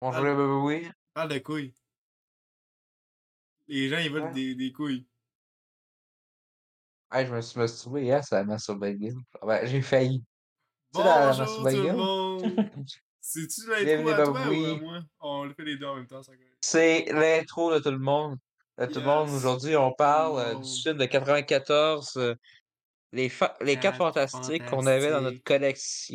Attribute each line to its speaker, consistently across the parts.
Speaker 1: Ah
Speaker 2: Bonjour le oui.
Speaker 1: Parle de couilles. Les gens, ils veulent
Speaker 2: Ouais.
Speaker 1: des, des couilles.
Speaker 2: Hey, je me suis hein, masturbé hier, c'est la masturbation game. Ben, j'ai failli. Tu sais, la- la
Speaker 1: Bonjour tout
Speaker 2: masturbation
Speaker 1: le
Speaker 2: game?
Speaker 1: monde! C'est-tu l'intro
Speaker 2: Bienvenue,
Speaker 1: à toi
Speaker 2: Baboui.
Speaker 1: ou à moi? On le fait les deux en même temps, ça correct.
Speaker 2: C'est l'intro de tout le monde. De tout le monde,
Speaker 1: Yes.
Speaker 2: aujourd'hui, on parle euh,
Speaker 1: Tout le
Speaker 2: du
Speaker 1: monde.
Speaker 2: film de 94, euh, les, fa- les quatre
Speaker 1: Quatre
Speaker 2: fantastiques qu'on avait dans notre
Speaker 1: fantastiques.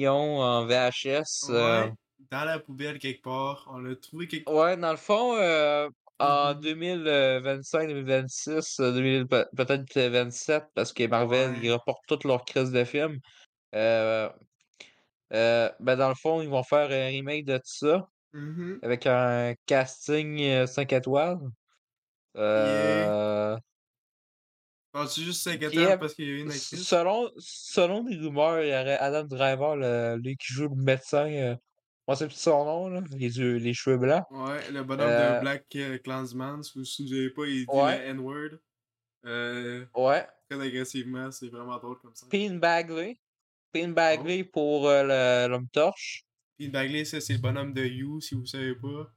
Speaker 2: collection en VHS. euh,
Speaker 1: Ouais, dans la poubelle quelque part. On l'a trouvé quelque part.
Speaker 2: Ouais, dans le fond, euh, en
Speaker 1: Mhm.
Speaker 2: 2025, 2026, euh, 2000 pe- peut-être euh, 27, parce que Marvel,
Speaker 1: Ouais.
Speaker 2: ils reportent toutes leurs crises de films. Euh, euh, ben dans le fond, ils vont faire un remake de tout ça,
Speaker 1: Mhm.
Speaker 2: avec un casting 5 étoiles. Euh,
Speaker 1: Penses-tu juste 5
Speaker 2: Puis,
Speaker 1: étoiles
Speaker 2: euh,
Speaker 1: parce qu'il y a une
Speaker 2: s-
Speaker 1: actrice?
Speaker 2: selon, selon des rumeurs, il y aurait Adam Driver, le, lui qui joue le médecin, euh, on sait plus son nom, là, les yeux, les cheveux blancs.
Speaker 1: Ouais, le bonhomme de
Speaker 2: Euh,
Speaker 1: Black euh, Klansman, si si vous n'avez pas, il dit
Speaker 2: ouais,
Speaker 1: le N-word. Euh,
Speaker 2: ouais.
Speaker 1: très agressivement, c'est vraiment drôle comme ça.
Speaker 2: Pin Bagley. Pin
Speaker 1: Oh.
Speaker 2: Bagley pour euh, le- l'homme torche.
Speaker 1: Puis Bagley, ça, c'est le bonhomme de You, si vous savez pas.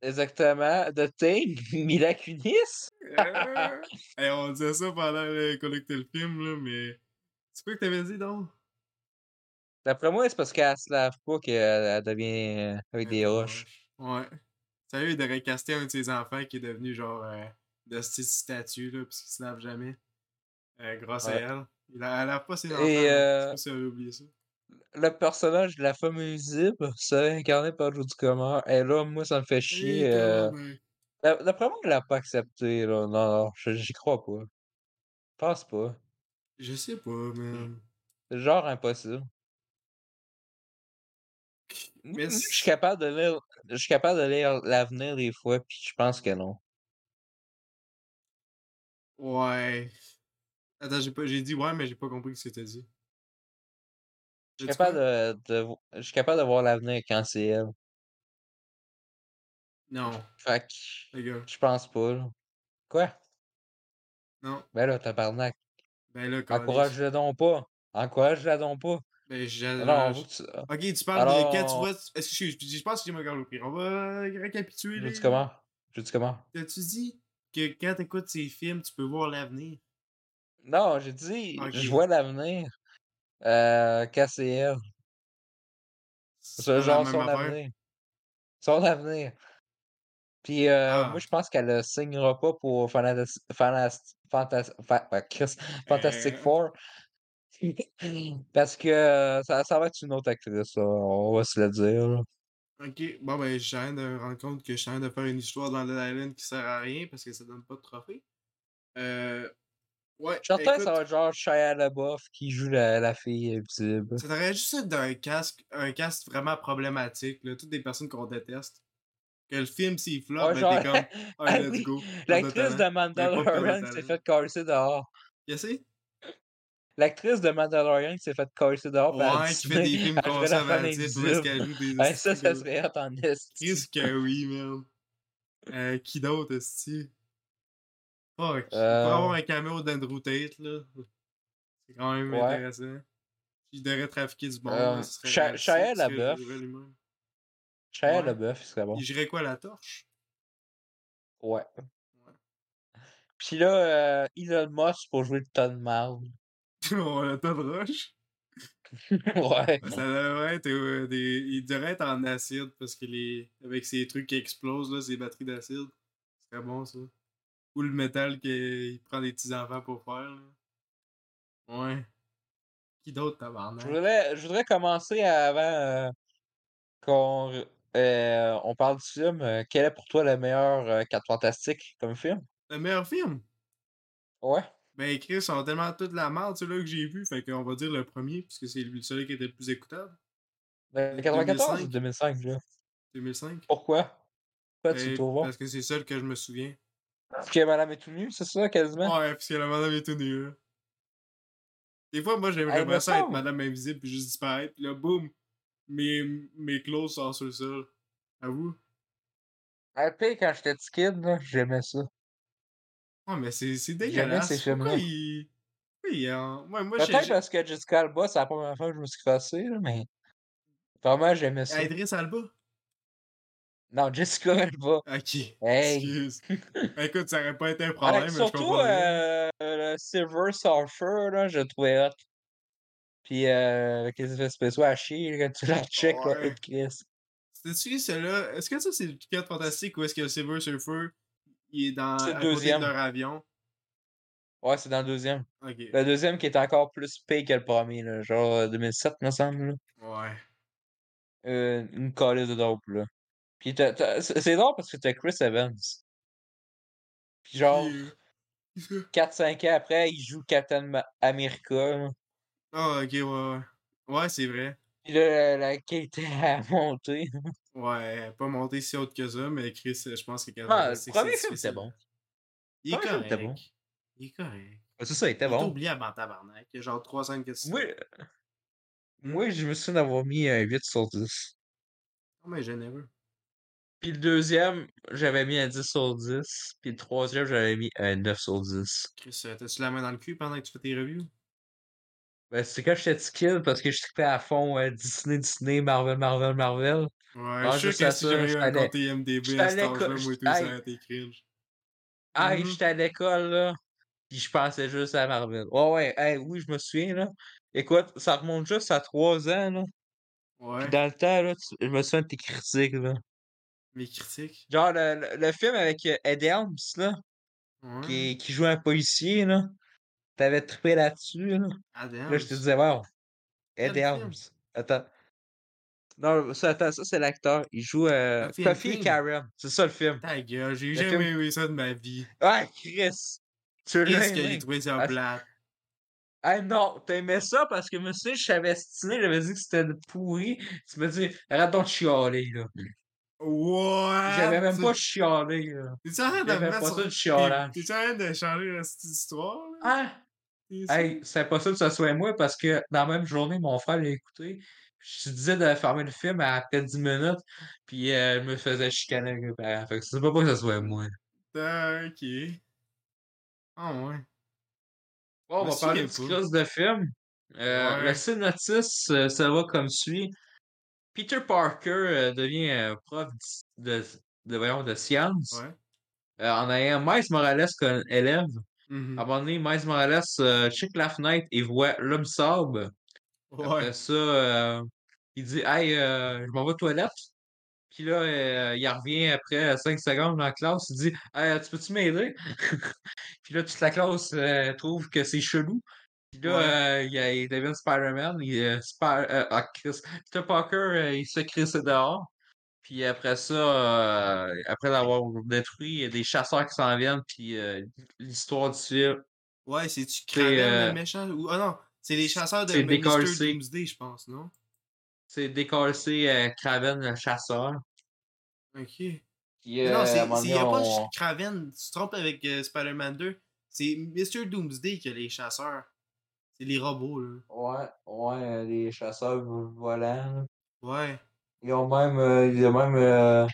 Speaker 2: Exactement. The Thing. Mila Kunis.
Speaker 1: Euh, hey, on disait ça pendant le- qu'on écoutait le film, là, mais. C'est quoi que t'avais dit donc?
Speaker 2: D'après moi, c'est parce qu'elle se lave pas qu'elle elle devient euh, avec
Speaker 1: Elle
Speaker 2: des
Speaker 1: est
Speaker 2: roches.
Speaker 1: roche. Ouais. Sérieux, il devrait caster un de ses enfants qui est devenu genre euh, de cette statue, là, parce qu'il se lave jamais. Euh, grâce à
Speaker 2: Ouais.
Speaker 1: elle. Il la- elle lave pas ses enfants,
Speaker 2: Et
Speaker 1: hein. Je sais
Speaker 2: euh,
Speaker 1: pas si elle a oublié ça.
Speaker 2: le personnage de la femme invisible, serait incarné par Jodie Comer. Et là, moi, ça me fait
Speaker 1: Et
Speaker 2: chier. euh,
Speaker 1: comment
Speaker 2: d'a- D'après moi, elle l'a pas accepté. Là. Non, non, je- j'y crois pas. Je pense pas.
Speaker 1: Je sais pas, man.
Speaker 2: C'est genre impossible. Moi,
Speaker 1: Mais
Speaker 2: moi, je suis
Speaker 1: c'est-
Speaker 2: capable de lire, je suis capable de lire l'avenir des fois, puis je pense que non.
Speaker 1: Ouais. Attends, j'ai pas... j'ai dit ouais, mais j'ai pas compris ce que t'as dit.
Speaker 2: Je suis
Speaker 1: T'as dit
Speaker 2: capable
Speaker 1: quoi?
Speaker 2: de, de vo- je suis capable de voir l'avenir quand c'est elle.
Speaker 1: Non,
Speaker 2: Fait que
Speaker 1: les gars.
Speaker 2: je pense pas. là. Quoi?
Speaker 1: Non.
Speaker 2: Ben là, tabarnak.
Speaker 1: Ben là, câlisse.
Speaker 2: Encourage-la donc pas. Encourage-la donc pas.
Speaker 1: Ben,
Speaker 2: Alors, on euh, veut
Speaker 1: j'allonge.
Speaker 2: que tu.
Speaker 1: Ok, tu parles de quand tu
Speaker 2: Alors,
Speaker 1: vois. Excuse, je je pense que j'ai mal compris. On va
Speaker 2: je dis
Speaker 1: récapituler. là.
Speaker 2: comment? Je dis comment?
Speaker 1: T'as-tu dit que quand t'écoutes ces films, tu peux voir l'avenir?
Speaker 2: Non, j'ai dit, je
Speaker 1: Ok.
Speaker 2: vois l'avenir. Euh, quand c'est elle.
Speaker 1: C'est
Speaker 2: Ce
Speaker 1: pas la
Speaker 2: genre
Speaker 1: même
Speaker 2: son
Speaker 1: affaire.
Speaker 2: avenir. Son avenir. Puis euh, moi,
Speaker 1: Ah.
Speaker 2: je pense qu'elle ne signera pas pour Fantas- Fanas- Fantas- Fa- ah, Chris, Fantastic
Speaker 1: Euh,
Speaker 2: Four. Parce que euh, ça, ça va être une autre actrice, là, on va se le dire. là.
Speaker 1: ok. Bon, ben, j'ai rien de me rendre compte que je suis en train de faire une histoire dans Dead Island qui sert à rien parce que ça donne pas de trophée. Euh. Ouais,
Speaker 2: J'entends que ça
Speaker 1: écoute.
Speaker 2: va être genre Shia LaBeouf qui joue la, la fille invisible.
Speaker 1: Ça devrait juste être d'un casque, un casque vraiment problématique, là, toutes des personnes qu'on déteste. Que le film, s'il flop,
Speaker 2: Ouais,
Speaker 1: ben
Speaker 2: genre,
Speaker 1: t'es comme, ah,
Speaker 2: ah
Speaker 1: let's
Speaker 2: oui,
Speaker 1: go, pas de
Speaker 2: l'actrice de
Speaker 1: talent. Mais pas pas de
Speaker 2: Mandalorian qui s'est
Speaker 1: talent.
Speaker 2: fait casser dehors.
Speaker 1: Tu sais?
Speaker 2: L'actrice de Mandalorian qui s'est fait casser dehors, puis elle
Speaker 1: Ouais, qui fait
Speaker 2: dit,
Speaker 1: des films
Speaker 2: elle jouait la femme
Speaker 1: conservatifs où est-ce
Speaker 2: invisible.
Speaker 1: qu'elle joue des
Speaker 2: Ouais, ça,
Speaker 1: esti
Speaker 2: ça
Speaker 1: de.
Speaker 2: serait hot en
Speaker 1: Chris
Speaker 2: esti.
Speaker 1: que oui, man. Euh, qui d'autre, esti? Fuck. Il pourrait
Speaker 2: Euh,
Speaker 1: avoir un caméo d'Andrew Tate, là. C'est quand même
Speaker 2: ouais.
Speaker 1: intéressant. Il devrait trafiquer du monde, là,
Speaker 2: Euh,
Speaker 1: ce serait
Speaker 2: Shia
Speaker 1: réaliste,
Speaker 2: Shia
Speaker 1: ce serait
Speaker 2: LaBeouf.
Speaker 1: de nouvelle humeur.
Speaker 2: Shia
Speaker 1: Ouais.
Speaker 2: LaBeouf, il serait bon.
Speaker 1: Il gérait quoi, la torche?
Speaker 2: Ouais.
Speaker 1: Ouais.
Speaker 2: Puis là, euh, Elon Musk pour jouer le tonne marde.
Speaker 1: On a pas de roche.
Speaker 2: Ouais.
Speaker 1: Ça devrait être euh, des... Il devrait être en acide parce que les. Avec ces trucs qui explosent là, ces batteries d'acide. C'est bon ça. Ou le métal qu'il prend des petits enfants pour faire là. Ouais. Qui d'autre
Speaker 2: Je
Speaker 1: tabarnak?
Speaker 2: voudrais, je voudrais commencer à- avant euh, qu'on re- euh, on parle du film. euh, quel est pour toi le meilleur euh, 4 Fantastiques comme film?
Speaker 1: Le meilleur film?
Speaker 2: Ouais.
Speaker 1: Ben Chris, sont tellement toute la merde ceux-là que j'ai vu, fait qu'on va dire le premier, puisque c'est le celui qui était le plus écoutable.
Speaker 2: Le
Speaker 1: Euh,
Speaker 2: 94 Ben, ou
Speaker 1: 2005?
Speaker 2: 2005, là?
Speaker 1: 2005?
Speaker 2: Pourquoi? Pourquoi tu le
Speaker 1: Ben,
Speaker 2: trouves bon?
Speaker 1: parce que c'est celle que je me souviens.
Speaker 2: Parce que Madame est tout nue, c'est ça, quasiment?
Speaker 1: Ouais, puisque la madame est tout nue, là. Des fois, moi, j'aimerais
Speaker 2: Ah, il me
Speaker 1: j'aimerais ça être
Speaker 2: semble!
Speaker 1: madame invisible puis juste disparaître, puis là, boum! Mes, mes clothes sortent sur le sol. À vous?
Speaker 2: À Ah, pire, quand j'étais petit kid, là, j'aimais ça.
Speaker 1: Oh, mais c'est c'est
Speaker 2: J'aimais ces
Speaker 1: dégueulasse. Pourquoi
Speaker 2: films-là.
Speaker 1: il. Pourquoi il. en- Moi, moi, j'ai.
Speaker 2: Peut-être
Speaker 1: j'ai-
Speaker 2: parce que Jessica Alba, c'est la première fois que je me suis cassé, là, mais vraiment, j'aimais ça.
Speaker 1: Idriss Alba?
Speaker 2: Non, Jessica Alba.
Speaker 1: Ok.
Speaker 2: Hey.
Speaker 1: Excuse. Ben, Écoute, ça aurait pas été un
Speaker 2: Ah,
Speaker 1: problème, mais je
Speaker 2: surtout
Speaker 1: comprends. bien.
Speaker 2: euh, le Silver Surfer, là, je le trouvais hot. Puis euh, avec les effets spéciaux à chier, là, quand tu la check, là,
Speaker 1: Ouais.
Speaker 2: et Chris.
Speaker 1: C'est-tu celui-là? Est-ce que ça, c'est le Pilote Fantastique ou est-ce que le Silver Surfer, il est dans
Speaker 2: C'est le
Speaker 1: à côté de
Speaker 2: deuxième.
Speaker 1: leur avion?
Speaker 2: Ouais, c'est dans le deuxième.
Speaker 1: Ok.
Speaker 2: Le deuxième qui est encore plus payé que le premier, là, genre euh, 2007, me semble. là.
Speaker 1: Ouais.
Speaker 2: Euh, une colise de dope, là. Puis t'as- t'as- c'est c'est drôle parce que t'as Chris Evans. Puis genre,
Speaker 1: Puis, euh,
Speaker 2: 4-5 ans après, il joue Captain Ma- America. là.
Speaker 1: Ah, ok, ouais, ouais. Ouais, c'est vrai.
Speaker 2: Puis là, la, la qualité a monté.
Speaker 1: Ouais, elle a pas monté si haute que ça, mais Chris, euh, je pense que quand
Speaker 2: Ah, le premier film, c'était bon.
Speaker 1: Il est
Speaker 2: premier film,
Speaker 1: correct.
Speaker 2: c'était bon.
Speaker 1: Il est correct.
Speaker 2: C'est ça, il était
Speaker 1: T'as
Speaker 2: bon.
Speaker 1: oublié à m'en tabarnak. Il y a genre 3 5 questions.
Speaker 2: Moi, euh, moi, je me souviens d'avoir mis un 8 sur 10.
Speaker 1: Oh, mais généreux.
Speaker 2: Puis le deuxième, j'avais mis un 10 sur 10. Puis le troisième, j'avais mis un 9 sur 10.
Speaker 1: Chris, euh, t'as-tu la main dans le cul pendant que tu fais tes reviews?
Speaker 2: Ben, c'est quand j'étais skill parce que je trippais à fond euh, Disney, Disney, Marvel, Marvel, Marvel.
Speaker 1: Ouais,
Speaker 2: Ah,
Speaker 1: je
Speaker 2: je
Speaker 1: suis sûr
Speaker 2: sais
Speaker 1: que si
Speaker 2: ça,
Speaker 1: j'avais eu
Speaker 2: je
Speaker 1: un
Speaker 2: t'allais-
Speaker 1: compte IMDB
Speaker 2: je
Speaker 1: à cet
Speaker 2: t'allais
Speaker 1: âge-là,
Speaker 2: co-
Speaker 1: moi
Speaker 2: je-
Speaker 1: et tout, ça
Speaker 2: Hey.
Speaker 1: aurait été cringe.
Speaker 2: Ah,
Speaker 1: Mhm.
Speaker 2: j'étais à l'école, là. Puis je pensais juste à Marvel. Ouais, ouais, hey, oui, je me souviens, là. Écoute, ça remonte juste à 3 ans, là. Puis
Speaker 1: Ouais,
Speaker 2: dans le temps, là, tu- je me souviens de tes critiques, là.
Speaker 1: mes critiques.
Speaker 2: Genre, le, le- le film avec euh, Ed Helms, là,
Speaker 1: Ouais.
Speaker 2: qui, qui joue un policier, là. T'avais trippé là-dessus, là. Là, je te
Speaker 1: Adams.
Speaker 2: disais, wow,
Speaker 1: Quel
Speaker 2: Ed
Speaker 1: film?
Speaker 2: Helms. Attends. Non, ça, attends, ça, c'est l'acteur. Il joue euh,
Speaker 1: Coffee and
Speaker 2: Coffee et
Speaker 1: Cream.
Speaker 2: Karen. C'est ça, le film.
Speaker 1: Ta gueule, j'ai
Speaker 2: Le
Speaker 1: jamais
Speaker 2: film-
Speaker 1: aimé ça de ma vie.
Speaker 2: Ah, Chris! Tu l'as
Speaker 1: Qu'est-ce que j'ai
Speaker 2: aimé.
Speaker 1: trouvé ça
Speaker 2: Ah,
Speaker 1: plate?
Speaker 2: Ah non, t'aimais ça parce que monsieur, je t'avais stylé, j'avais dit que c'était pourri. Tu me dis, arrête donc de chialer, là.
Speaker 1: What?
Speaker 2: J'avais même pas chialé, là.
Speaker 1: T'es-tu en train de
Speaker 2: J'avais
Speaker 1: me
Speaker 2: pas
Speaker 1: mettre
Speaker 2: ça de
Speaker 1: sur...
Speaker 2: chialage.
Speaker 1: T'es- T'es-tu en train de changer la petite histoire, là?
Speaker 2: Ah!
Speaker 1: T'es sûr?
Speaker 2: Hey, c'est impossible que ce soit moi parce que dans la même journée, mon frère l'a écouté. Je lui disais de fermer le film à après 10 minutes, puis euh, je me faisais chicaner avec mes parents. Fait que c'est pas pour que ce soit moi.
Speaker 1: Ah, ok. Ah ouais.
Speaker 2: Bon, Oh, on
Speaker 1: Je me
Speaker 2: va parler
Speaker 1: souviens
Speaker 2: du
Speaker 1: pas.
Speaker 2: crise de film. Euh, Le
Speaker 1: Ouais.
Speaker 2: synopsis, euh, ça va comme suit. Peter Parker euh, devient euh, prof d'his- de, de, voyons, de science
Speaker 1: Ouais.
Speaker 2: euh, en ayant Miles Morales comme élève.
Speaker 1: Mhm.
Speaker 2: À un moment donné, Miles Morales euh, check la fenêtre et voit l'homme sable.
Speaker 1: Ouais.
Speaker 2: Après ça, euh, il dit Hey, euh, je m'en vais aux toilettes. Puis là, euh, il revient après 5 secondes dans la classe. Il dit Hey, tu peux-tu m'aider Puis là, toute la classe euh, trouve que c'est chelou. Puis là, euh, il, y a- il devient Spider-Man. Il, euh, Spi- euh, ah, Chris, Peter Parker, euh, il se crisse dehors. Puis après ça, euh, après l'avoir détruit, il y a des chasseurs qui s'en viennent. Puis euh, l'histoire du film,
Speaker 1: Ouais, c'est-tu
Speaker 2: C'est,
Speaker 1: Kraven
Speaker 2: euh,
Speaker 1: le méchant? Ou... Ah non, c'est les chasseurs de
Speaker 2: c'est
Speaker 1: Mr.
Speaker 2: décalcé.
Speaker 1: Doomsday, je pense, non?
Speaker 2: c'est décalcé euh, Kraven le chasseur.
Speaker 1: Ok.
Speaker 2: Puis,
Speaker 1: Mais
Speaker 2: euh,
Speaker 1: non,
Speaker 2: à un
Speaker 1: c'est,
Speaker 2: moment
Speaker 1: c'est,
Speaker 2: donné,
Speaker 1: y a pas
Speaker 2: on-
Speaker 1: Ch- Kraven, tu te trompes avec euh, Spider-Man 2. C'est Mr. Doomsday qui a les chasseurs. C'est les robots, là.
Speaker 2: Ouais, ouais, euh, les chasseurs vo- volants. là.
Speaker 1: Ouais.
Speaker 2: Ils ont même, euh, ils ont même euh,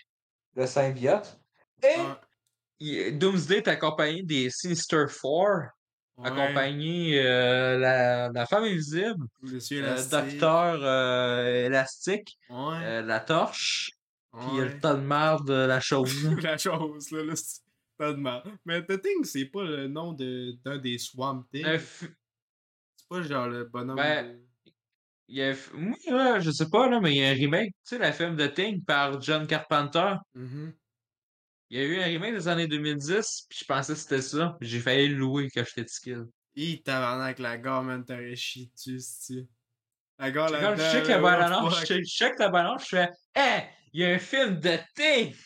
Speaker 2: le symbiote. Et
Speaker 1: Ah,
Speaker 2: il- Doomsday est accompagné des Sinister Four,
Speaker 1: ouais.
Speaker 2: accompagné euh, la, la femme invisible,
Speaker 1: Monsieur
Speaker 2: le
Speaker 1: Elastique.
Speaker 2: docteur euh, élastique,
Speaker 1: Ouais.
Speaker 2: euh, la torche, puis il y a le
Speaker 1: ouais.
Speaker 2: tas de marde de la chose. là.
Speaker 1: la chose, là. là c'est- pas de mal. Mais The Thing, c'est pas le nom de, d'un des Swamp Thing.
Speaker 2: Le f-
Speaker 1: C'est pas genre le bonhomme.
Speaker 2: Ben,
Speaker 1: de-
Speaker 2: il y a un f- Moi, là, je sais pas, là, mais il y a un remake, tu sais, la film de Thing par John Carpenter.
Speaker 1: Mhm.
Speaker 2: Il y a eu un remake des années 2010, puis je pensais que c'était ça. puis J'ai failli le louer quand j'étais petit kid.
Speaker 1: Hi, tabarnak, la gare, man, t'aurais chié dessus, c'ti. Ah, La gare,
Speaker 2: Quand je
Speaker 1: là-dedans,
Speaker 2: check
Speaker 1: là,
Speaker 2: la
Speaker 1: what the
Speaker 2: balance, je
Speaker 1: fuck?
Speaker 2: check- je check la balance, je fais Hey, il y a un film de thé!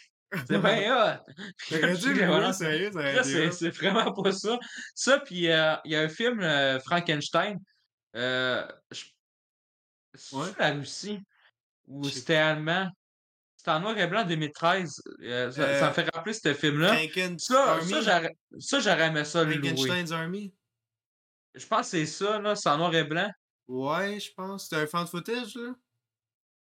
Speaker 2: C'est bien hot! Puis quand
Speaker 1: T'aurais
Speaker 2: je
Speaker 1: dû
Speaker 2: check
Speaker 1: le
Speaker 2: la
Speaker 1: louer,
Speaker 2: balance,
Speaker 1: sérieux, ça aurait
Speaker 2: là,
Speaker 1: été
Speaker 2: c'est
Speaker 1: hot.
Speaker 2: c'est vraiment pas ça. Ça, puis euh, il y a un film, euh, Frankenstein, euh, je- c'est-tu
Speaker 1: Ouais.
Speaker 2: la Russie ou
Speaker 1: Je sais
Speaker 2: c'était allemand? C'était en noir et blanc en 2013. euh, ça, ça me
Speaker 1: Euh,
Speaker 2: fait rappeler ce film-là.
Speaker 1: Franken-
Speaker 2: Ça,
Speaker 1: Army?
Speaker 2: ça, j'aurais- ça, j'aurais aimé ça le louer.
Speaker 1: Frankenstein's Army?
Speaker 2: Je pense que c'est ça, là, c'est en noir et blanc.
Speaker 1: Ouais, je pense. C'est un fan footage, là?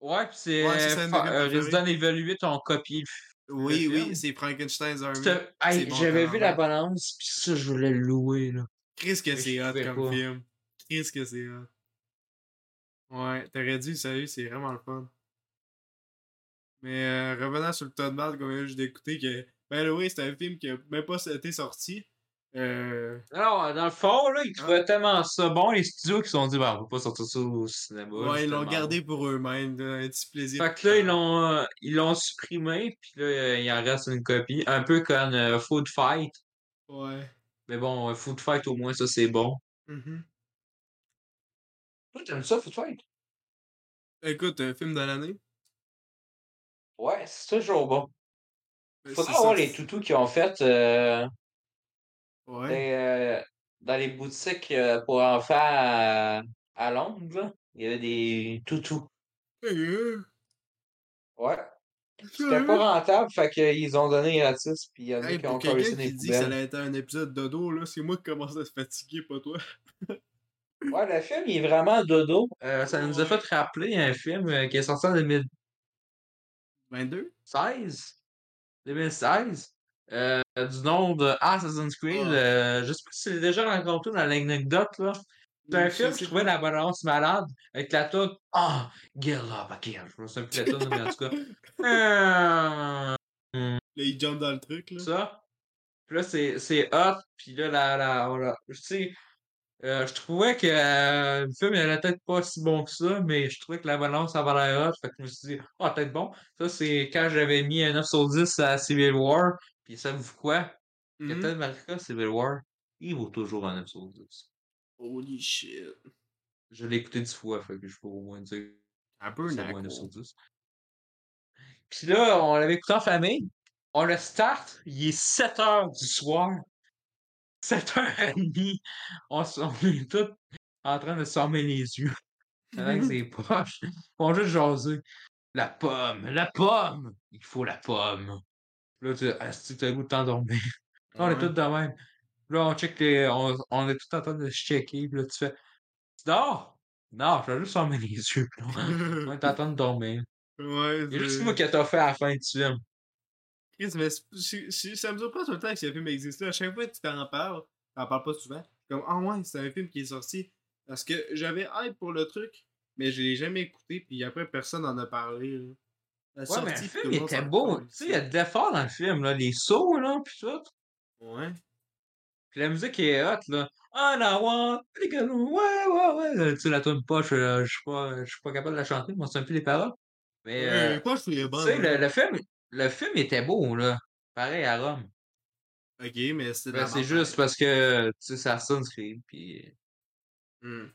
Speaker 2: Ouais, pis c'est
Speaker 1: Ouais, c'est ça,
Speaker 2: euh,
Speaker 1: une
Speaker 2: fa-
Speaker 1: de mes
Speaker 2: euh,
Speaker 1: préférées.
Speaker 2: Resident Evil 8 ont copié le f-
Speaker 1: Oui,
Speaker 2: film.
Speaker 1: oui, c'est Frankenstein's Army.
Speaker 2: C'était-
Speaker 1: C'est
Speaker 2: Hey,
Speaker 1: bon,
Speaker 2: j'avais vu la
Speaker 1: tabarnak.
Speaker 2: balance, puis ça, je voulais le louer, là.
Speaker 1: Chris que
Speaker 2: Mais je
Speaker 1: c'est hot
Speaker 2: pouvais
Speaker 1: comme
Speaker 2: pas.
Speaker 1: film. Chris que c'est hot. Ouais, t'aurais dû, sérieux, c'est vraiment le fun. Mais euh, revenant sur le tas de mal qu'on vient juste d'écouter, que, ben oui, c'est un film qui a même pas été sorti. Euh,
Speaker 2: Alors, dans le fond, là, ils trouvaient tellement ça bon, les studios, qui se sont dit, bah, on va pas sortir ça au cinéma.
Speaker 1: ouais, ils l'ont
Speaker 2: justement.
Speaker 1: gardé pour eux-mêmes, là, un petit plaisir.
Speaker 2: Fait que là, ils l'ont, euh, ils l'ont supprimé, puis là, euh, il en reste une copie. Un peu comme euh, Food Fight.
Speaker 1: Ouais.
Speaker 2: Mais bon, euh, Food Fight, au moins, ça, c'est bon.
Speaker 1: Mhm.
Speaker 2: Toi, t'aimes ça, Food Fight?
Speaker 1: Écoute, un film de l'année.
Speaker 2: Ouais, c'est toujours bon.
Speaker 1: Ben,
Speaker 2: Faudrait
Speaker 1: c'est
Speaker 2: avoir
Speaker 1: sorti-
Speaker 2: les toutous qu'ils ont fait euh,
Speaker 1: Ouais.
Speaker 2: des, euh, dans les boutiques euh, pour enfants à, à Londres. là. Il y avait des toutous.
Speaker 1: Sérieux?
Speaker 2: Ouais. Ben, C'était
Speaker 1: euh, Sérieux?
Speaker 2: pas rentable, fait qu'ils ont donné gratis, puis il y en a
Speaker 1: Hey,
Speaker 2: qui ont
Speaker 1: pour
Speaker 2: encore laissé
Speaker 1: quelqu'un
Speaker 2: des
Speaker 1: qui dit que ça
Speaker 2: poubelles.
Speaker 1: allait être un épisode dodo, là, c'est moi qui commence à se fatiguer, pas toi.
Speaker 2: Ouais, le film, il est vraiment dodo. Euh, ça nous a
Speaker 1: Ouais.
Speaker 2: fait rappeler un film euh, qui est sorti en 2000.
Speaker 1: 22?
Speaker 2: 16? 2016 euh, du nom de Assassin's Creed.
Speaker 1: Ouais.
Speaker 2: euh, je sais pas si c'est déjà rencontré dans l'anecdote. là. C'est un
Speaker 1: Je
Speaker 2: film,
Speaker 1: sais
Speaker 2: je trouvais
Speaker 1: pas.
Speaker 2: la balance malade avec la toune Ah, Get Up Again. Je me souviens plus de la toune, mais en tout cas. Euh,
Speaker 1: Là, il jump dans le truc, là.
Speaker 2: ça. Puis là, c'est, c'est hot. Puis là, la, la, voilà. je sais, euh, je trouvais que euh, le film il allait peut-être pas si bon que ça, mais je trouvais que la balance avait l'air hot. Fait que je me suis dit, ah, peut-être bon. Ça, c'est quand j'avais mis un 9 sur 10 à Civil War. Puis ça vous quoi?
Speaker 1: Mhm.
Speaker 2: Captain America Civil War, il vaut toujours un 9 sur 10.
Speaker 1: Holy shit.
Speaker 2: Je l'ai écouté 10 fois, fait que je peux au moins dire
Speaker 1: Un peu
Speaker 2: que ça vaut un 9 sur
Speaker 1: naco.
Speaker 2: 10. Puis là, on l'avait écouté en famille. On le start, il est 7 h du soir. 7h30. On, s- on est tous en train de s'armer les yeux avec ses poches. On juste jaser. La pomme, la pomme! Il faut la pomme. Là, tu as le goût de t'endormir. Là, Ah, on est
Speaker 1: Ouais.
Speaker 2: tous de même. Là, on check les. On, on est tout en train de se checker. Puis là, tu fais. Tu dors? Non, je vais juste fermer les yeux. Là. On est en train de dormir.
Speaker 1: ouais,
Speaker 2: Il y a juste
Speaker 1: c'est-
Speaker 2: moi qui t'a fait à la fin du film.
Speaker 1: Chris, mais c'est- c'est- c'est- ça me surprend tout le temps que ce film existe. là. À chaque fois que tu t'en parles, t'en parles pas souvent. Comme, ah ouais, c'est un film qui est sorti. Parce que j'avais hype pour le truc, mais je l'ai jamais écouté, puis après, personne en a parlé. là. La
Speaker 2: Ouais, mais le
Speaker 1: sortie, puis
Speaker 2: film
Speaker 1: tout
Speaker 2: il
Speaker 1: monde
Speaker 2: était
Speaker 1: s'en
Speaker 2: beau.
Speaker 1: parle,
Speaker 2: Tu sais, il y a de l'effort dans le film, là. Les sauts, là, pis tout.
Speaker 1: Ouais.
Speaker 2: Puis la musique est hot, là. Ah, la want, les gars, ouais, ouais, ouais. Euh, Tu sais, la tourne pas, je je suis pas, je suis pas capable de la chanter, moi, c'est un peu les paroles. Mais, euh,
Speaker 1: Ouais, Quoi, je trouvais bon.
Speaker 2: tu sais, le, le film, le film était beau, là. Pareil à Rome.
Speaker 1: Ok, mais c'était
Speaker 2: Ben,
Speaker 1: dans
Speaker 2: c'est
Speaker 1: ma
Speaker 2: juste
Speaker 1: tête.
Speaker 2: parce que, tu sais, c'est Assassin's Creed, pis.
Speaker 1: Hmm.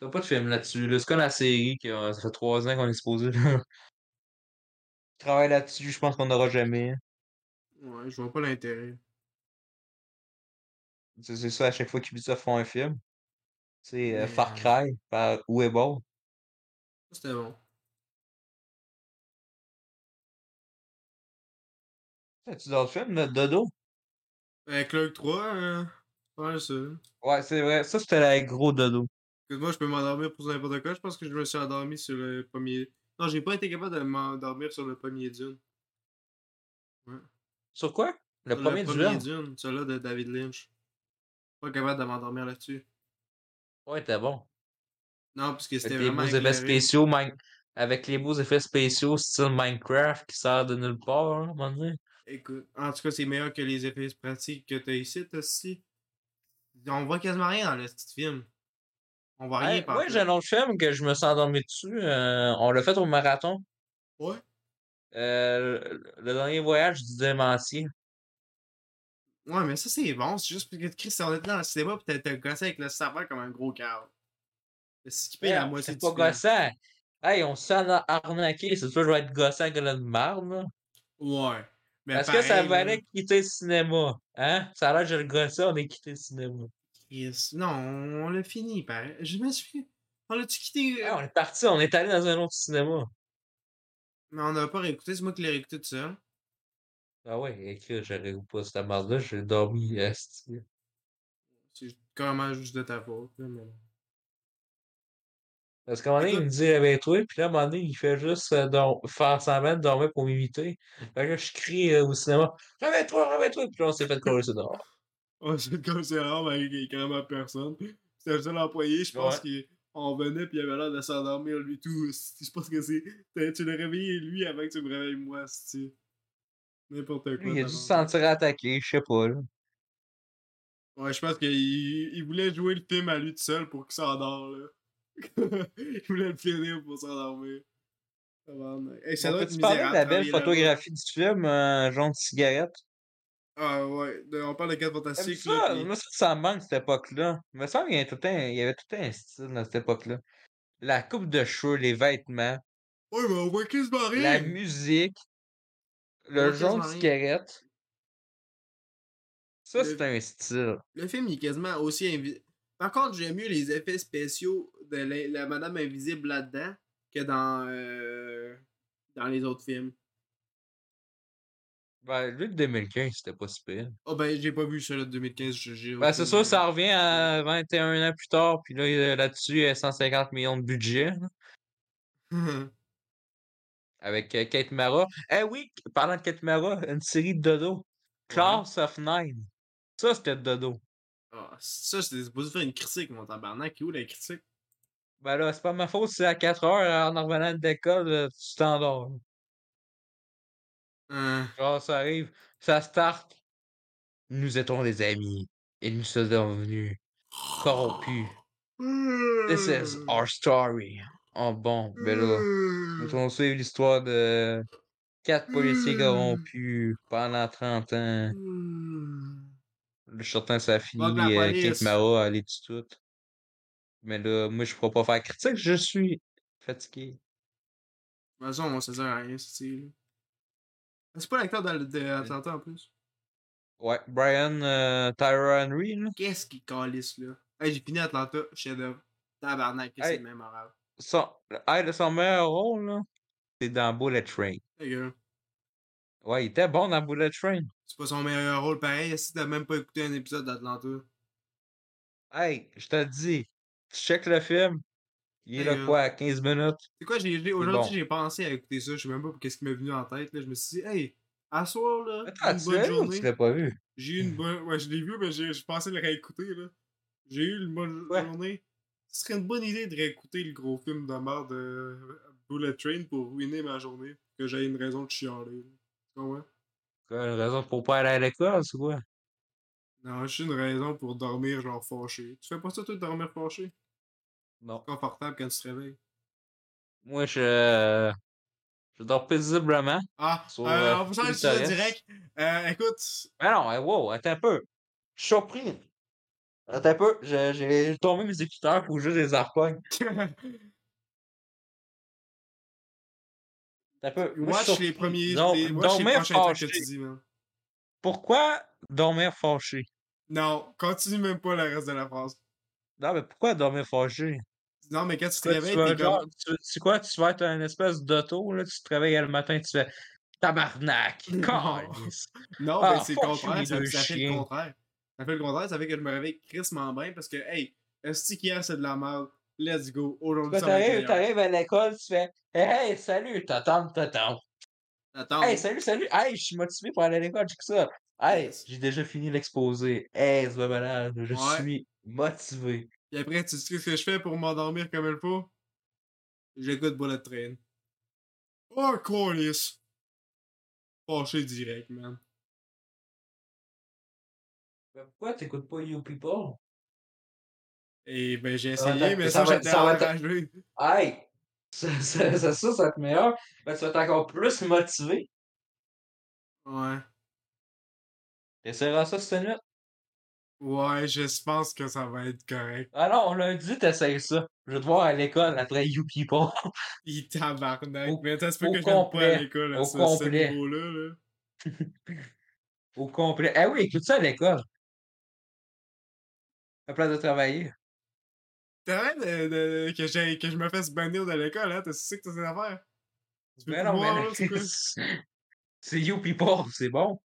Speaker 2: T'as pas de film là-dessus, là. C'est comme la série, qui a- ça fait trois ans qu'on est exposé, là. Travaille là-dessus, je pense qu'on n'aura jamais.
Speaker 1: Ouais, je vois pas l'intérêt.
Speaker 2: C'est c'est ça, à chaque fois qu'Ubisoft font un film. C'est euh,
Speaker 1: Mais,
Speaker 2: Far
Speaker 1: euh,
Speaker 2: Cry par Uebo.
Speaker 1: Ça, C'était bon.
Speaker 2: As-tu d'autres films, là, Dodo?
Speaker 1: Ben, Clerk 3, hein. Ouais, ça. Écoute,
Speaker 2: Ouais, c'est vrai. Ça, c'était la gros Dodo.
Speaker 1: moi, je peux m'endormir pour n'importe quoi. Je pense que je me suis endormi sur le premier. Non, j'ai pas été capable de m'endormir sur le premier Dune.
Speaker 2: Sur quoi? Le
Speaker 1: Sur
Speaker 2: premier
Speaker 1: le
Speaker 2: duel?
Speaker 1: premier Dune, celui-là de David Lynch. Pas capable de m'endormir là-dessus.
Speaker 2: Ouais, t'es bon.
Speaker 1: Non, parce que c'était
Speaker 2: Avec les
Speaker 1: vraiment.
Speaker 2: beaux effets
Speaker 1: éclairé.
Speaker 2: spéciaux, Mine- avec les beaux effets spéciaux style Minecraft qui sort de nulle part, hein, à un moment donné.
Speaker 1: Écoute, en tout cas, c'est meilleur que les effets pratiques que t'as ici, t'as ici. On voit quasiment rien dans le petit film. On voit rien
Speaker 2: Hey,
Speaker 1: par
Speaker 2: ouais, j'ai un autre film que je me suis endormi dessus. euh, on l'a fait au marathon.
Speaker 1: Ouais.
Speaker 2: Euh, le- le dernier voyage du démentier.
Speaker 1: Ouais, mais ça, c'est bon. C'est juste parce que Chris, on était dans le cinéma, pis t'as- t'as gossé avec le saveur comme un gros cœur. T'as skippé la
Speaker 2: Hey,
Speaker 1: moitié
Speaker 2: c'est
Speaker 1: du
Speaker 2: pas
Speaker 1: film.
Speaker 2: gossant. Hey, on se sent arna- arnaqué. C'est sûr que je vais être gossant que la marde. là.
Speaker 1: Ouais. Mais
Speaker 2: Est-ce que ça
Speaker 1: pareil, là,
Speaker 2: valait quitter le cinéma? Hein? Ça a l'air que je le gossais, on est quitté le cinéma.
Speaker 1: Chris, non, on l'a fini, pareil. Je me suis. On l'a-tu quitté?
Speaker 2: Hey, Eh, on est parti, on est allé dans un autre cinéma.
Speaker 1: Mais on n'a pas réécouté, c'est moi qui l'ai réécouté tout seul.
Speaker 2: Ah ouais, écrit, j'aurais ou pas cette marde-là, j'ai dormi. esti.
Speaker 1: C'est comment juste de ta faute. là, mais-
Speaker 2: Parce qu'à un moment donné, il
Speaker 1: Écoute.
Speaker 2: me dit réveille-toi, puis là, à un moment donné, il fait juste euh, dor- faire semblant de dormir pour m'imiter. Fait que là, je crie euh, au cinéma Réveille-toi, réveille-toi, puis là, on s'est fait courir sur dehors.
Speaker 1: Oh, c'est comme c'est rare, mais il y a carrément personne. C'est le seul employé, je pense,
Speaker 2: Ouais.
Speaker 1: qui. on venait puis il avait l'air de s'endormir lui tout. Je pense que c'est. t'as- Tu l'as réveillé lui avant que tu me réveilles moi, si N'importe quoi.
Speaker 2: Lui, il a dû
Speaker 1: t'as
Speaker 2: se
Speaker 1: raison.
Speaker 2: sentir attaqué, je sais pas. Là.
Speaker 1: Ouais, je pense qu'il il voulait jouer le film à lui tout seul pour qu'il s'endort, là. il voulait le finir pour s'endormir. Tabarnak. Hey, ça
Speaker 2: On
Speaker 1: doit être
Speaker 2: peut-tu parler de
Speaker 1: misérable
Speaker 2: la belle
Speaker 1: travailler là-bas.
Speaker 2: photographie du film, euh, jaune de cigarette?
Speaker 1: Ah ouais, de- on parle de 4
Speaker 2: J'aime
Speaker 1: fantastiques.
Speaker 2: ça,
Speaker 1: là, puis-
Speaker 2: moi, ça, ça me manque cette époque-là. Il me semble qu'il y avait tout un, il y avait tout un style dans cette époque-là. La coupe de cheveux, les vêtements,
Speaker 1: Ouais, mais on voit quasiment
Speaker 2: la
Speaker 1: rien.
Speaker 2: musique, le jaune
Speaker 1: Ouais,
Speaker 2: de
Speaker 1: quasiment rien.
Speaker 2: cigarette. Ça,
Speaker 1: Le-
Speaker 2: c'est un style.
Speaker 1: Le film il est quasiment aussi invisible. Par contre, j'aime mieux les effets spéciaux de la, la Madame Invisible là-dedans que dans, euh, dans les autres films.
Speaker 2: Ben, lui, de 2015, c'était pas si pire.
Speaker 1: Oh ben, j'ai pas vu celui de 2015. j'ai- j'ai
Speaker 2: Ben,
Speaker 1: aucune
Speaker 2: c'est sûr,
Speaker 1: idée.
Speaker 2: ça revient à 21 ans plus tard, puis là, il y a là-dessus, euh, 150 millions de budget, là, avec euh, Kate Mara. Eh oui, parlant de Kate Mara, une série de dodo. Class of Nine. Ça, c'était dodo.
Speaker 1: Ah, ça, c'était supposé faire une critique, mon tabarnak. Qui est où la critique?
Speaker 2: Ben là, c'est pas ma faute si à 4 heures, euh, en revenant de l'école, euh, tu t'endors.
Speaker 1: Hein,
Speaker 2: Genre, ça arrive, ça start. Nous étions des amis, et nous sommes devenus corrompus.
Speaker 1: Hmm.
Speaker 2: This is our story. En bon, ben là.
Speaker 1: Mm.
Speaker 2: Nous on suit l'histoire de quatre policiers
Speaker 1: Hmm.
Speaker 2: corrompus pendant 30 ans. Le certain, ça finit,
Speaker 1: de la
Speaker 2: euh, Kate
Speaker 1: police.
Speaker 2: Mara, elle est tout. Mais là, moi, je pourrais pas faire critique, je suis fatigué.
Speaker 1: De toute façon, Ben, on se sert à rien, ce style. Ben, C'est pas l'acteur dans le- de Atlanta en plus.
Speaker 2: Ouais, Brian euh, Tyra Henry, là.
Speaker 1: Qu'est-ce qu'il calisse là? Hey, j'ai fini Atlanta, chef-d'œuvre. Tabarnak, que
Speaker 2: Hey.
Speaker 1: c'est mémorable.
Speaker 2: Son, hey, son meilleur rôle, là, c'est dans Bullet Train.
Speaker 1: Ta gueule.
Speaker 2: Ouais, il était bon dans Bullet Train.
Speaker 1: C'est pas son meilleur rôle pareil, si t'as même pas écouté un épisode d'Atlanta.
Speaker 2: Hey, je te dis, tu check le film, il est
Speaker 1: Hey,
Speaker 2: là
Speaker 1: euh,
Speaker 2: quoi, à 15 minutes?
Speaker 1: C'est quoi, j'ai- j'ai- aujourd'hui
Speaker 2: bon.
Speaker 1: j'ai pensé à écouter ça, je sais même pas qu'est-ce qui m'est venu en tête. Là. Je me suis dit, hey, à soir là,
Speaker 2: Attends,
Speaker 1: une
Speaker 2: tu
Speaker 1: bonne
Speaker 2: l'as vu ou
Speaker 1: journée.
Speaker 2: tu l'as pas vu?
Speaker 1: J'ai eu une bonne. Ouais, je l'ai vu, mais j'ai j'ai pensé le réécouter, là. J'ai eu une bonne
Speaker 2: Ouais.
Speaker 1: journée. Ce serait une bonne idée de réécouter le gros film de merde de Bullet Train pour ruiner ma journée. Que j'aie une raison de chialer. là. Tu comprends?
Speaker 2: Quoi, une raison pour pas aller à l'école, c'est quoi?
Speaker 1: Non, j'ai une raison pour dormir, genre fâché. Tu fais pas ça, toi, de dormir fâché?
Speaker 2: Non.
Speaker 1: Confortable quand tu te réveilles.
Speaker 2: Moi, je. Je dors paisiblement.
Speaker 1: Ah,
Speaker 2: Sur,
Speaker 1: euh,
Speaker 2: euh,
Speaker 1: on peut changer de
Speaker 2: Tim
Speaker 1: sujet
Speaker 2: Torres.
Speaker 1: direct. Euh, écoute,
Speaker 2: Mais Ben non, hey, wow, attends un peu. Je suis surpris. Attends un peu, je- j'ai tombé mes écouteurs pour juste les arpognes. Attends un peu. moi, je suis
Speaker 1: watch les
Speaker 2: surpris.
Speaker 1: premiers.
Speaker 2: Dor-
Speaker 1: les- watch les
Speaker 2: dormir
Speaker 1: prochains trucs
Speaker 2: fâché.
Speaker 1: que tu dis, man.
Speaker 2: Pourquoi dormir fâché?
Speaker 1: Non, continue même pas le reste de la phrase.
Speaker 2: Non, mais pourquoi dormir fâché?
Speaker 1: Non, mais quand tu te
Speaker 2: Quoi, tu
Speaker 1: réveilles,
Speaker 2: vas
Speaker 1: t'es comme.
Speaker 2: genre- tu- tu- quoi, tu vas être un espèce d'auto, là, tu te réveilles le matin, tu fais tabarnak,
Speaker 1: Non.
Speaker 2: calice.
Speaker 1: Non,
Speaker 2: Ah,
Speaker 1: mais c'est le
Speaker 2: fuck you, les
Speaker 1: contraire. Ça,
Speaker 2: deux
Speaker 1: ça fait le
Speaker 2: chiens.
Speaker 1: contraire. Ça fait le contraire. Ça fait que je me réveille crissement bien parce que, hey, est-ce qu'hier c'est de la merde? Let's go. Aujourd'hui,
Speaker 2: Là,
Speaker 1: ça va être
Speaker 2: t'arrives,
Speaker 1: meilleur.
Speaker 2: t'arrives à l'école, tu fais Hey, hey, salut, t'attends, t'attends.
Speaker 1: Attends.
Speaker 2: Hey, salut, salut, hey, je suis motivé pour aller à l'école, check ça. Hey,
Speaker 1: Yes.
Speaker 2: j'ai déjà fini l'exposé. Hey, c'est pas malade, je
Speaker 1: Ouais.
Speaker 2: suis motivé.
Speaker 1: Puis après, tu sais ce que je fais pour m'endormir comme il faut? J'écoute Bullet Train. Oh, Corliss! Fâché direct, man.
Speaker 2: Ben, Pourquoi t'écoutes pas You People?
Speaker 1: Et ben, j'ai
Speaker 2: Ça va
Speaker 1: essayé,
Speaker 2: être-
Speaker 1: mais
Speaker 2: ça
Speaker 1: ça,
Speaker 2: va être-
Speaker 1: j'étais
Speaker 2: ça va être-
Speaker 1: enragé.
Speaker 2: Hey! Ça, ça, ça, ça, ça va être meilleur. Ben, tu vas être encore plus motivé.
Speaker 1: Ouais.
Speaker 2: T'essaieras ça cette nuit.
Speaker 1: Ouais, je pense que ça va être correct.
Speaker 2: Ah non, lundi, t'essayes ça. Je vais te voir à l'école après You People.
Speaker 1: Il tabarnak.
Speaker 2: Au-
Speaker 1: mais ça se peut
Speaker 2: au
Speaker 1: que je vienne pas
Speaker 2: complet.
Speaker 1: à l'école à
Speaker 2: Au
Speaker 1: ce, ce
Speaker 2: complet.
Speaker 1: niveau-là, là.
Speaker 2: Au complet. Ah oui, écoute ça à l'école. À place de travailler.
Speaker 1: T'arrêtes de, de- que, j'ai- que je me fasse bannir de l'école, hein? T'as sais que t'as ces affaires? Tu peux
Speaker 2: Ben
Speaker 1: plus
Speaker 2: non,
Speaker 1: voir,
Speaker 2: mais
Speaker 1: là, c'est quoi?
Speaker 2: c'est You People, c'est bon.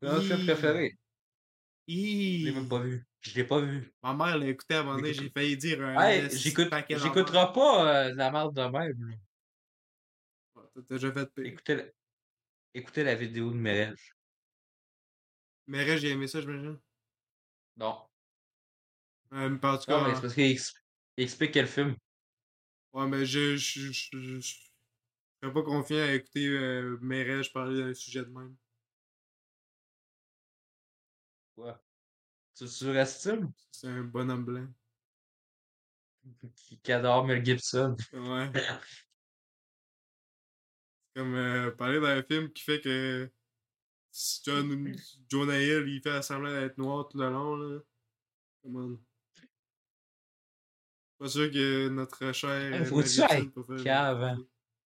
Speaker 2: C'est mon film
Speaker 1: Hi.
Speaker 2: préféré. Je l'ai
Speaker 1: Hi.
Speaker 2: même pas vu. Je l'ai pas vu.
Speaker 1: Ma mère l'a écouté à un moment donné, j'ai
Speaker 2: J'écoute-
Speaker 1: failli dire un
Speaker 2: Hey,
Speaker 1: esti de
Speaker 2: j'écoute-
Speaker 1: paquet d'affaires.
Speaker 2: j'écouterai pas euh, de la merde de même. là.
Speaker 1: T'as déjà fait pire.
Speaker 2: Écoutez, la- écoutez la vidéo de Merel.
Speaker 1: Mais reste, j'ai aimé ça, j'imagine.
Speaker 2: Non.
Speaker 1: Euh, mais en tout
Speaker 2: Non,
Speaker 1: cas, Ah.
Speaker 2: mais c'est parce qu'il expl- Explique quel film.
Speaker 1: Ouais, mais je. Je. Je. Je. je serais pas confiant à écouter euh, Mérège parler d'un sujet de même.
Speaker 2: Quoi? Tu le surestimes?
Speaker 1: C'est un bonhomme blanc.
Speaker 2: Qui, qui adore Mel Gibson.
Speaker 1: Ouais. C'est comme euh, parler d'un film qui fait que. si John, Jonah Hill, il fait semblant d'être noir tout le long, là. Come on. Pas sûr que notre cher.
Speaker 2: Eh,
Speaker 1: euh,
Speaker 2: faut-tu
Speaker 1: Mel Gibson
Speaker 2: être
Speaker 1: peut faire-
Speaker 2: cave, hein?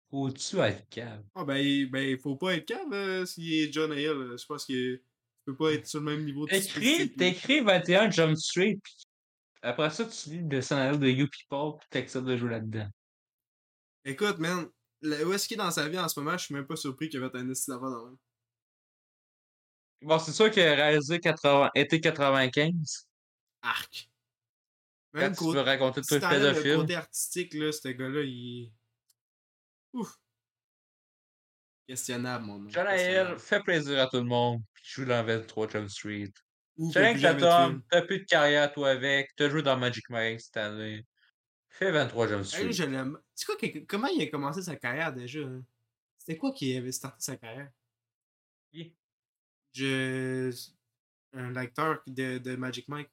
Speaker 2: Faut-tu être calme?
Speaker 1: Ah ben, il- ben, il faut pas être cave euh, s'il est John Hill. euh, Je pense que tu peux pas être sur le même niveau de
Speaker 2: T'écris,
Speaker 1: sophistication.
Speaker 2: t'écris 21 Jump Street, puis après ça, tu lis le scénario de You People, puis t'acceptes de jouer là-dedans.
Speaker 1: Écoute, man, le- où est-ce qu'il est dans sa vie en ce moment, je suis même pas surpris qu'il va être un esti d'affaires dans le même.
Speaker 2: Bon, c'est sûr que réalisé 80, été 95,
Speaker 1: Arc.
Speaker 2: quand
Speaker 1: Même
Speaker 2: tu veux
Speaker 1: côté,
Speaker 2: raconter le
Speaker 1: si
Speaker 2: truc
Speaker 1: t'enlèves le
Speaker 2: pédophile,
Speaker 1: côté artistique, là, ce gars-là, il. Ouf. Questionnable, mon nom.
Speaker 2: Jonah Hill, fais plaisir à tout le monde, puis joue dans 23 Jump Street.
Speaker 1: Ouf,
Speaker 2: Challenge
Speaker 1: jamais de
Speaker 2: Tatum,
Speaker 1: film.
Speaker 2: t'as plus de carrière toi avec, t'as joué dans Magic Mike cette année. Fais 23 Jump
Speaker 1: Hey,
Speaker 2: Street.
Speaker 1: je l'aime. C'est quoi, que- comment il a commencé sa carrière déjà? hein? C'était quoi qui avait starté sa carrière?
Speaker 2: Qui?
Speaker 1: Je... Un acteur de, de Magic Mike.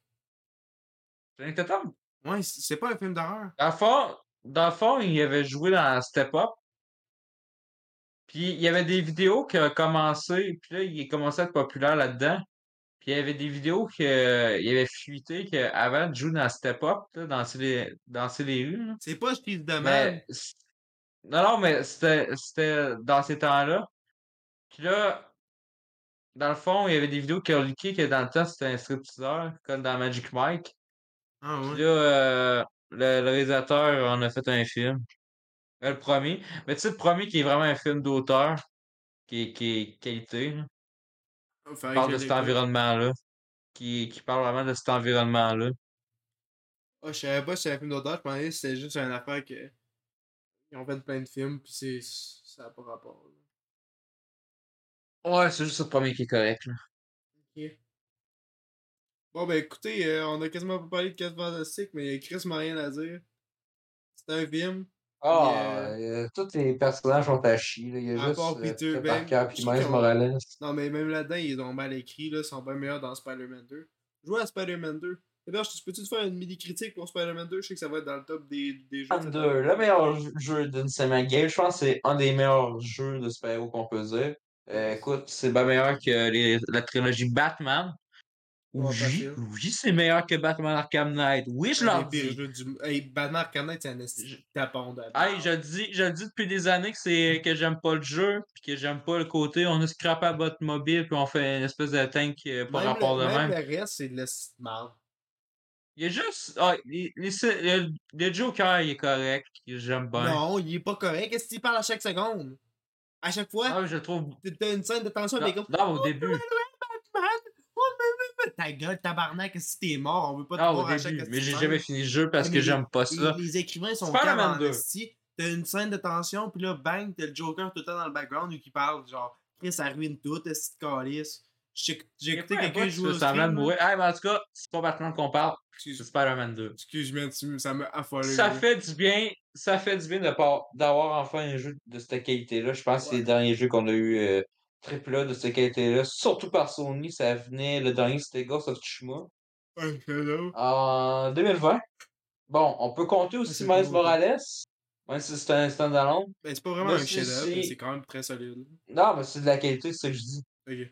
Speaker 2: Channing Tatum?
Speaker 1: Ouais, c'est c'est pas un film d'horreur.
Speaker 2: Dans le fond, dans le fond, il avait joué dans Step Up. Puis il y avait des vidéos qui ont commencé, puis là, il est commencé à être populaire là-dedans. Puis il y avait des vidéos qu'il avait fuité qu'avant de jouer dans Step Up, là, danser les, danser les rues. là.
Speaker 1: C'est pas Steve de Man.
Speaker 2: Mais, c- non, non, mais c'était c'était dans ces temps-là. Puis là, dans le fond, il y avait des vidéos qui ont leaké que dans le temps, c'était un stripteaseur, comme dans Magic Mike.
Speaker 1: Ah
Speaker 2: Puis
Speaker 1: ouais.
Speaker 2: là, euh, le, le réalisateur en a fait un film. Euh, le premier. Mais tu sais, le premier qui est vraiment un film d'auteur, qui est, qui est qualité, là,
Speaker 1: Ah,
Speaker 2: qui
Speaker 1: faudrait que
Speaker 2: parle
Speaker 1: je
Speaker 2: de cet
Speaker 1: l'écoute.
Speaker 2: environnement-là. Qui, qui parle vraiment de cet environnement-là.
Speaker 1: Ah, je savais pas si c'était un film d'auteur, je pensais que c'était juste une affaire que. Ils ont fait plein de films, pis c'est. Ça a pas rapport. là.
Speaker 2: Ouais, c'est juste le premier qui est correct. là.
Speaker 1: Bon, ben écoutez, euh, on a quasiment pas parlé de 4 fantastiques, mais il y a quasiment rien à dire. C'est un film.
Speaker 2: Ah, euh, tous les personnages sont à chier. là. Il y a
Speaker 1: À part
Speaker 2: juste euh,
Speaker 1: Peter,
Speaker 2: Peter
Speaker 1: ben,
Speaker 2: Parker puis
Speaker 1: je
Speaker 2: Miles
Speaker 1: trouve-
Speaker 2: Morales.
Speaker 1: Non, mais même là-dedans, ils ont mal écrit, là, ils sont bien meilleurs dans Spider-Man 2. Jouer à Spider-Man 2. Héberge, tu peux-tu te faire une mini-critique pour Spider-Man 2? Je sais que ça va être dans le top des, des jeux. de cette année.
Speaker 2: 32, le meilleur jeu- jeu d'une semaine game, je pense que c'est un des meilleurs jeux de super-héros qu'on peut dire. Euh, écoute, c'est bien meilleur que les- la trilogie Batman.
Speaker 1: Ouais,
Speaker 2: Oui,
Speaker 1: facile.
Speaker 2: oui, c'est meilleur que Batman Arkham Knight. Oui, je
Speaker 1: Un
Speaker 2: l'en
Speaker 1: des pires
Speaker 2: dis.
Speaker 1: jeux du... Hey, Batman Arkham Knight, c'est un esti tapon de
Speaker 2: Hey,
Speaker 1: merde.
Speaker 2: je le dis, je le dis depuis des années que c'est que j'aime pas le jeu, puis que j'aime pas le côté on a scrappé à votre mobile, puis on fait une espèce de tank euh, par
Speaker 1: Même,
Speaker 2: rapport
Speaker 1: le,
Speaker 2: de même.
Speaker 1: même le reste, c'est de la petite merde.
Speaker 2: Il y a juste. ah, les, les- le, le Joker, il est correct. puis J'aime bien.
Speaker 1: Non, il est pas correct. Qu'est-ce qu'il parle à chaque seconde? À chaque fois,
Speaker 2: Ah, je le trouve.
Speaker 1: t'as- t'as une scène de tension
Speaker 2: Non,
Speaker 1: avec les gars.
Speaker 2: non, au début.
Speaker 1: Man, oh, man, man, man. Ta gueule, tabarnak, si t'es mort, on veut pas te
Speaker 2: Non,
Speaker 1: voir
Speaker 2: Ah, au
Speaker 1: à chaque
Speaker 2: début.
Speaker 1: esti
Speaker 2: Mais j'ai
Speaker 1: scène.
Speaker 2: jamais fini le jeu parce
Speaker 1: Ouais,
Speaker 2: que
Speaker 1: mais
Speaker 2: j'aime pas ça.
Speaker 1: Les, les écrivains sont
Speaker 2: Spider-Man
Speaker 1: calmes en
Speaker 2: 2.
Speaker 1: esti. T'as une scène de tension, puis là, bang, t'as le Joker tout le temps dans le background qui parle, genre, Chris, ça ruine tout, esti de calice. J'ai j'ai
Speaker 2: Il y a
Speaker 1: écouté
Speaker 2: pas un bout
Speaker 1: quelqu'un
Speaker 2: qui
Speaker 1: jouer
Speaker 2: fait
Speaker 1: au
Speaker 2: semblant de
Speaker 1: stream, là.
Speaker 2: mourir. Ah, mais en tout cas, c'est pas Batman qu'on parle. C'est
Speaker 1: Excuse-
Speaker 2: Spider-Man 2.
Speaker 1: Excuse-moi, tu- ça m'a affolé.
Speaker 2: Ça
Speaker 1: là.
Speaker 2: fait du bien. Ça fait du bien de pas- d'avoir enfin un jeu de cette qualité-là. Je pense que c'est les derniers jeux qu'on a eu. euh, Triple A de cette qualité-là, surtout par Sony, ça venait, le dernier c'était Ghost of Tsushima.
Speaker 1: Ouais, hello.
Speaker 2: En 2020. Bon, on peut compter aussi
Speaker 1: c'est
Speaker 2: Miles
Speaker 1: cool.
Speaker 2: Morales, même si c'est un stand-alone.
Speaker 1: Ben, c'est pas vraiment
Speaker 2: Moi,
Speaker 1: un
Speaker 2: c'est-
Speaker 1: chef-d'œuvre, mais
Speaker 2: c'est-
Speaker 1: c'est quand même très solide.
Speaker 2: Non, mais c'est de la qualité, c'est ce que je dis.
Speaker 1: Ok.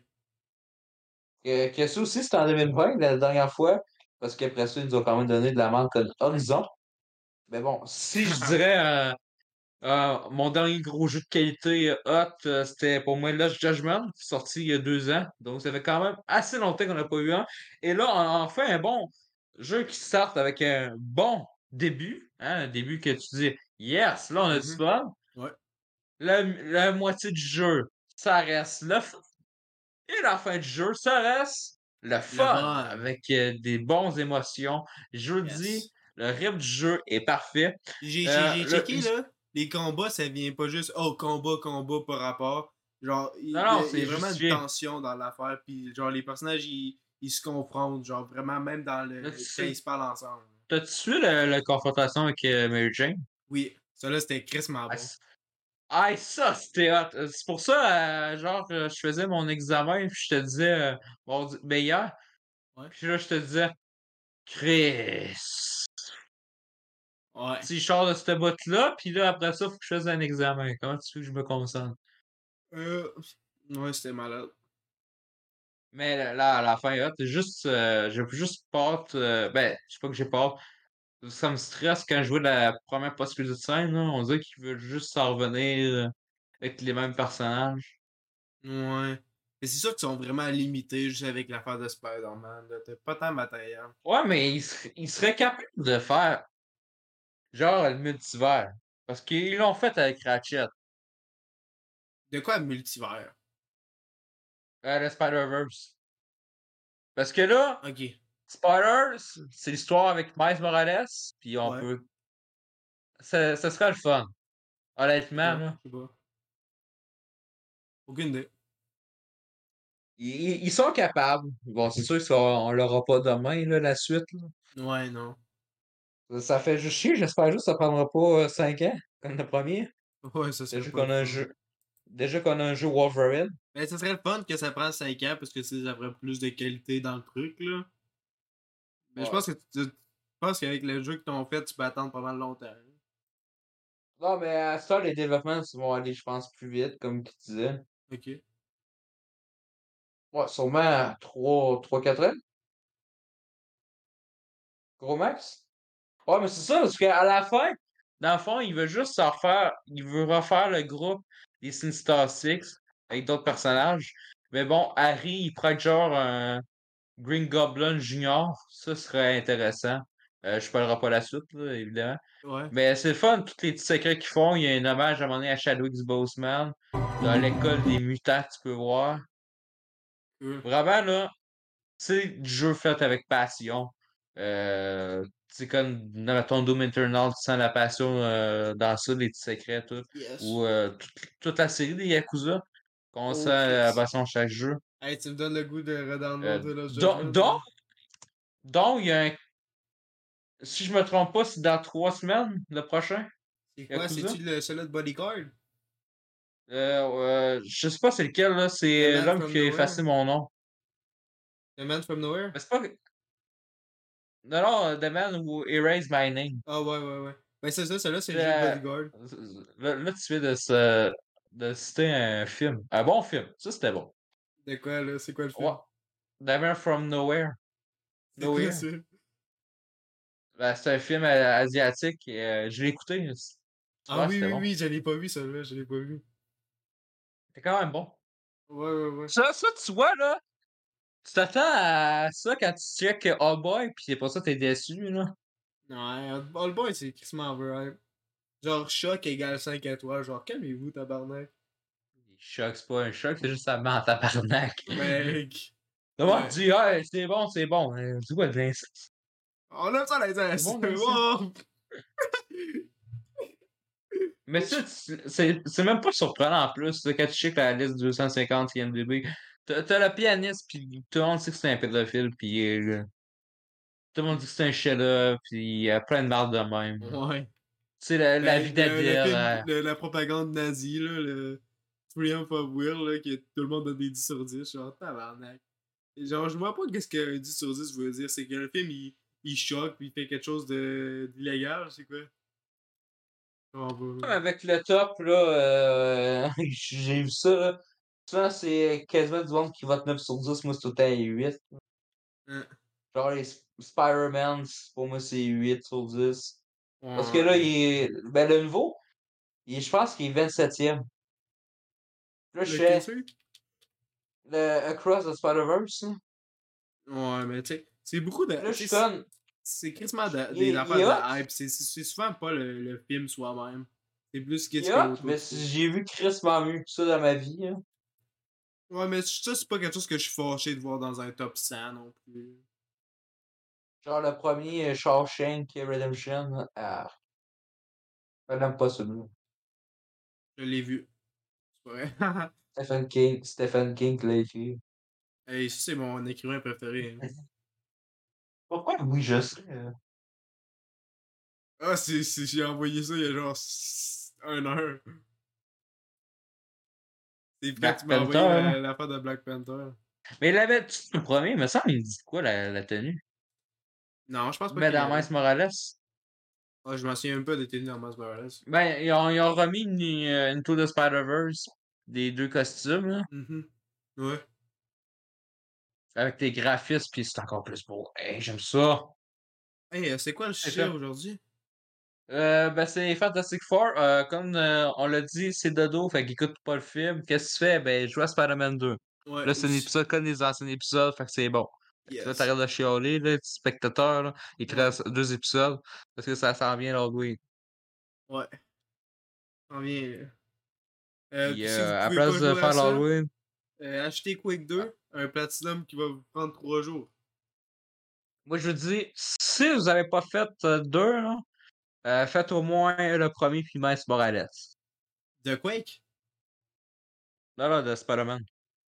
Speaker 2: Que, que ça aussi, c'était en 2020, la dernière fois, parce qu'après ça, ils nous ont quand même donné de la marque comme Horizon. Mais bon, si je dirais euh, euh, mon dernier gros jeu de qualité euh, hot, euh, c'était pour moi Lost Judgment, sorti il y a deux ans. Donc ça fait quand même assez longtemps qu'on n'a pas eu un. Et là, on- enfin un bon jeu qui sort avec un bon début. Hein, un début que tu dis Yes, là on a du
Speaker 1: Mhm.
Speaker 2: fun.
Speaker 1: Ouais.
Speaker 2: La, la moitié du jeu, ça reste le fun. Et la fin du jeu, ça reste le fun.
Speaker 1: fun.
Speaker 2: Avec euh, des bonnes émotions. Jeudi,
Speaker 1: Yes.
Speaker 2: le rip du jeu est parfait.
Speaker 1: J'ai j'ai-
Speaker 2: Euh,
Speaker 1: j'ai
Speaker 2: le-
Speaker 1: checké, là. Les combats, ça vient pas juste, oh, combat, combat, par rapport. Genre,
Speaker 2: Non,
Speaker 1: il il y a-
Speaker 2: non,
Speaker 1: il y a
Speaker 2: c'est
Speaker 1: vraiment
Speaker 2: justifié.
Speaker 1: une tension dans l'affaire, puis genre, les personnages, ils, ils se confrontent, genre, vraiment, même dans le.
Speaker 2: Là, tu
Speaker 1: quand
Speaker 2: sais.
Speaker 1: ils se parlent ensemble.
Speaker 2: T'as-tu su la, la confrontation avec euh, Mary Jane?
Speaker 1: Oui, ça là, c'était Chris
Speaker 2: Ah,
Speaker 1: Marbon.
Speaker 2: c- ah, ça, c'était hot. Euh, C'est pour ça, euh, genre, euh, je faisais mon examen, puis je te disais, euh, bon, di- ben hier,
Speaker 1: Ouais.
Speaker 2: puis là, je te disais, Chris,
Speaker 1: Ouais.
Speaker 2: si je sors de ce bout-là, puis là, après ça, faut que je fasse un examen. Comment tu veux que je me concentre?
Speaker 1: Euh, ouais, c'était malade.
Speaker 2: Mais là, là, à la fin, là, t'es juste, euh, j'ai juste peur, euh, ben, je sais pas que j'ai peur. Ça me stresse quand je vois la première possibilité de scène, là, on dirait qu'il veut juste s'en revenir euh, avec les mêmes personnages.
Speaker 1: Ouais. Mais c'est sûr qu'ils sont vraiment limités juste avec l'affaire de Spider-Man. là. T'as pas tant matériel.
Speaker 2: Ouais, mais il, ser- il serait capable de faire genre le multivers. Parce qu'ils l'ont fait avec Ratchet,
Speaker 1: De quoi multivers?
Speaker 2: euh, le Spider-Verse. Parce que là,
Speaker 1: Ok.
Speaker 2: Spider, c- c'est l'histoire avec Miles Morales, puis on
Speaker 1: Ouais.
Speaker 2: peut. Ça, ça serait le fun. Honnêtement,
Speaker 1: Ouais,
Speaker 2: là.
Speaker 1: je sais pas. Aucune idée.
Speaker 2: Ils, ils- ils sont capables. Bon, c'est sûr qu'on l'aura pas demain, là, la suite. là.
Speaker 1: Ouais, non.
Speaker 2: Ça- Ça fait juste chier, j'espère juste que ça prendra pas 5 ans, comme le premier.
Speaker 1: Ouais, ça serait
Speaker 2: Déjà
Speaker 1: pas
Speaker 2: qu'on a un
Speaker 1: le fun.
Speaker 2: jeu. Déjà qu'on a un jeu Wolverine.
Speaker 1: Mais ça Ben, serait le fun que ça prenne 5 ans parce que c'est- ça ferait plus de qualité dans le truc, là. Mais je
Speaker 2: Ouais.
Speaker 1: pense que tu- tu- je pense qu'avec le jeu que t'ont fait, tu peux attendre pas mal longtemps. hein.
Speaker 2: Non, mais à ça, les développements ils vont aller, je pense, plus vite, comme tu disais.
Speaker 1: Ok.
Speaker 2: Ouais, sûrement 3-4 ans. Gros max. Ouais, mais c'est ça, parce qu'à la fin, dans le fond, il veut juste se refaire. Il veut refaire le groupe des Sinister Six avec d'autres personnages. Mais bon, Harry, il prend genre un Green Goblin Junior. Ça serait intéressant. Euh, je parlerai pas la suite, là, évidemment.
Speaker 1: Ouais.
Speaker 2: Mais c'est le fun, tous les petits secrets qu'ils font. Il y a un hommage à un moment donné à Chadwick Boseman. Dans
Speaker 1: Mm.
Speaker 2: l'école des mutants, tu peux voir.
Speaker 1: Cool.
Speaker 2: Vraiment, là, c'est du jeu fait avec passion. Euh, c'est comme, dans, mettons, Doom Eternal, tu sens la passion euh, dans ça, les petits secrets, tout.
Speaker 1: Yes.
Speaker 2: Ou euh, toute, toute la série des Yakuza, qu'on
Speaker 1: Oh,
Speaker 2: sent euh, la
Speaker 1: yes.
Speaker 2: passion de chaque jeu.
Speaker 1: Hey, tu me donnes le goût de
Speaker 2: Euh,
Speaker 1: redownloader le jeu.
Speaker 2: donc-
Speaker 1: là.
Speaker 2: donc- Donc, il y a un... Si je me trompe pas, c'est dans trois semaines, le prochain.
Speaker 1: C'est quoi,
Speaker 2: Yakuza?
Speaker 1: c'est-tu le celui de Bodyguard?
Speaker 2: Euh, euh, je sais pas c'est lequel, là. C'est
Speaker 1: The
Speaker 2: euh,
Speaker 1: Man
Speaker 2: l'homme
Speaker 1: from
Speaker 2: qui a
Speaker 1: Nowhere.
Speaker 2: effacé mon nom.
Speaker 1: The Man From Nowhere?
Speaker 2: Mais c'est pas... que- Non, non, euh, The Man Who Erased My Name.
Speaker 1: Ah ouais, ouais, ouais. Ben c'est ça, celui-là, c'est le
Speaker 2: Euh,
Speaker 1: jeu de Bodyguard.
Speaker 2: Là, là, tu fais de, ce... de citer un film. Un bon film. Ça, c'était bon.
Speaker 1: De quoi, là? C'est quoi le film?
Speaker 2: Ouais. The Man From Nowhere.
Speaker 1: C'est quoi,
Speaker 2: Nowhere.
Speaker 1: ça?
Speaker 2: Ben, c'est un film euh, asiatique. et, euh, je l'ai écouté. c- tu
Speaker 1: Ah
Speaker 2: vois,
Speaker 1: oui,
Speaker 2: c'était
Speaker 1: oui,
Speaker 2: bon.
Speaker 1: oui, je l'ai pas vu, celui-là, je l'ai pas vu.
Speaker 2: C'était quand même bon.
Speaker 1: Ouais, ouais, ouais.
Speaker 2: Ça, ça, tu vois, là. Tu t'attends à ça quand tu check Oh Boy, puis pour ça, t'es déçu, là.
Speaker 1: Ouais, All Boy, c'est Chris Marvel. hein. Genre, choc égale 5 étoiles. Genre, calmez-vous, tabarnak.
Speaker 2: Choc, c'est pas un choc, c'est juste ça ment tabarnak.
Speaker 1: Mec.
Speaker 2: Le monde
Speaker 1: Ouais.
Speaker 2: dit, hey, c'est bon, c'est bon. Euh, C'est quoi de l'inceste?
Speaker 1: On aime ça, les S.
Speaker 2: bon, Vincent.
Speaker 1: Wow.
Speaker 2: Mais ça, tu- c'est c'est même pas surprenant en plus. là, Quand tu checkes la liste 250 IMDB, t'as t'as le pianiste, puis tout le monde sait que c'est un pédophile, puis euh, tout le monde dit que c'est un chef-là, puis euh, plein de marde de même. Tu
Speaker 1: Ouais.
Speaker 2: sais, la, la
Speaker 1: Ben,
Speaker 2: vie
Speaker 1: le- le film-
Speaker 2: d'Adèle. euh,
Speaker 1: le- La propagande nazie, là, le Triumph of Will, là, que tout le monde donne des 10 sur 10, genre, tabarnak. Et Genre, je vois pas qu'est-ce qu'un 10 sur 10 veut dire. C'est que le film, il, il choque, puis il fait quelque chose de- d'illégal, c'est quoi? Oh, bah,
Speaker 2: Comme
Speaker 1: bah.
Speaker 2: Avec le top, là, euh, j'ai vu ça, là. Souvent, c'est quasiment du monde qui vote 9 sur 10. Moi, c'est tout le temps 8.
Speaker 1: Hein.
Speaker 2: Genre, les Sp- Spider-Man, c'est- pour moi, c'est 8 sur 10. Parce que
Speaker 1: Ouais.
Speaker 2: là, il est... ben, le nouveau, il est- je pense qu'il est 27e. Là, je
Speaker 1: Le
Speaker 2: fais
Speaker 1: Kingsman?
Speaker 2: le Across the Spider-Verse. là.
Speaker 1: Ouais, mais tu sais, c'est beaucoup de.
Speaker 2: Là, je suis
Speaker 1: tu sais, c'est-
Speaker 2: comme.
Speaker 1: C'est quasiment de-
Speaker 2: Il-
Speaker 1: des
Speaker 2: il
Speaker 1: affaires
Speaker 2: hot.
Speaker 1: de hype. C'est- C'est c'est souvent pas le, le film soi-même. C'est plus ce qui
Speaker 2: il
Speaker 1: est
Speaker 2: est hot, mais si j'ai vu Chris mieux que ça dans ma vie. hein.
Speaker 1: Ouais, mais ça, c'est pas quelque chose que je suis fâché de voir dans un top 100 non plus.
Speaker 2: Genre, le premier, euh, Shawshank Redemption. Ah. Je l'aime pas celui-là.
Speaker 1: Je l'ai vu. C'est vrai.
Speaker 2: Stephen King, Stephen King l'a écrit.
Speaker 1: hey, ça, c'est mon écrivain préféré. hein.
Speaker 2: Pourquoi oui, je sais. euh,
Speaker 1: Ah, c'est, c'est- j'ai envoyé ça il y a genre s- un heure. C'est quand
Speaker 2: Black
Speaker 1: tu m'as envoyé
Speaker 2: Panther. hein?
Speaker 1: la- l'affaire de Black Panther.
Speaker 2: Mais il avait tu le premier, me semble, il me dit quoi la, la tenue?
Speaker 1: Non, je pense pas.
Speaker 2: Mais
Speaker 1: qu'il euh,
Speaker 2: dans
Speaker 1: l'avait.
Speaker 2: Miles Morales.
Speaker 1: Ah, je m'en souviens même pas des tenues dans Miles Morales.
Speaker 2: Ben, ils ont, ils ont remis une, euh, Into the Spider-Verse des deux costumes, là,
Speaker 1: Mhm. Ouais.
Speaker 2: avec des graphismes, puis c'est encore plus beau. Hey, j'aime ça!
Speaker 1: Hey, euh, c'est quoi le
Speaker 2: C'est
Speaker 1: sujet
Speaker 2: ça.
Speaker 1: aujourd'hui?
Speaker 2: Euh, ben, c'est Fantastic Four. euh, comme euh, on l'a dit, c'est dodo, fait qu'il écoute pas le film. Qu'est-ce que tu fais? Ben, je joue à Spider-Man 2.
Speaker 1: Ouais.
Speaker 2: Là, c'est un épisode comme les anciens épisodes, fait que c'est bon.
Speaker 1: Yes.
Speaker 2: Là, t'arrêtes de chialer, là, petit spectateur, là. Il te
Speaker 1: Ouais.
Speaker 2: reste deux épisodes, parce que ça s'en vient, Long Week.
Speaker 1: Ouais. On vient. là. Euh,
Speaker 2: Puis,
Speaker 1: si
Speaker 2: euh,
Speaker 1: vous
Speaker 2: à
Speaker 1: pouvez
Speaker 2: place
Speaker 1: pas
Speaker 2: de
Speaker 1: jouer à
Speaker 2: faire
Speaker 1: ça,
Speaker 2: l'Halloween,
Speaker 1: euh, achetez Quake 2, un Platinum qui va vous prendre 3 jours.
Speaker 2: moi, je vous dis, si vous avez pas fait euh, deux, là, euh, faites au moins le premier, puis Miles Morales.
Speaker 1: De Quake?
Speaker 2: Là, là, de Spider-Man.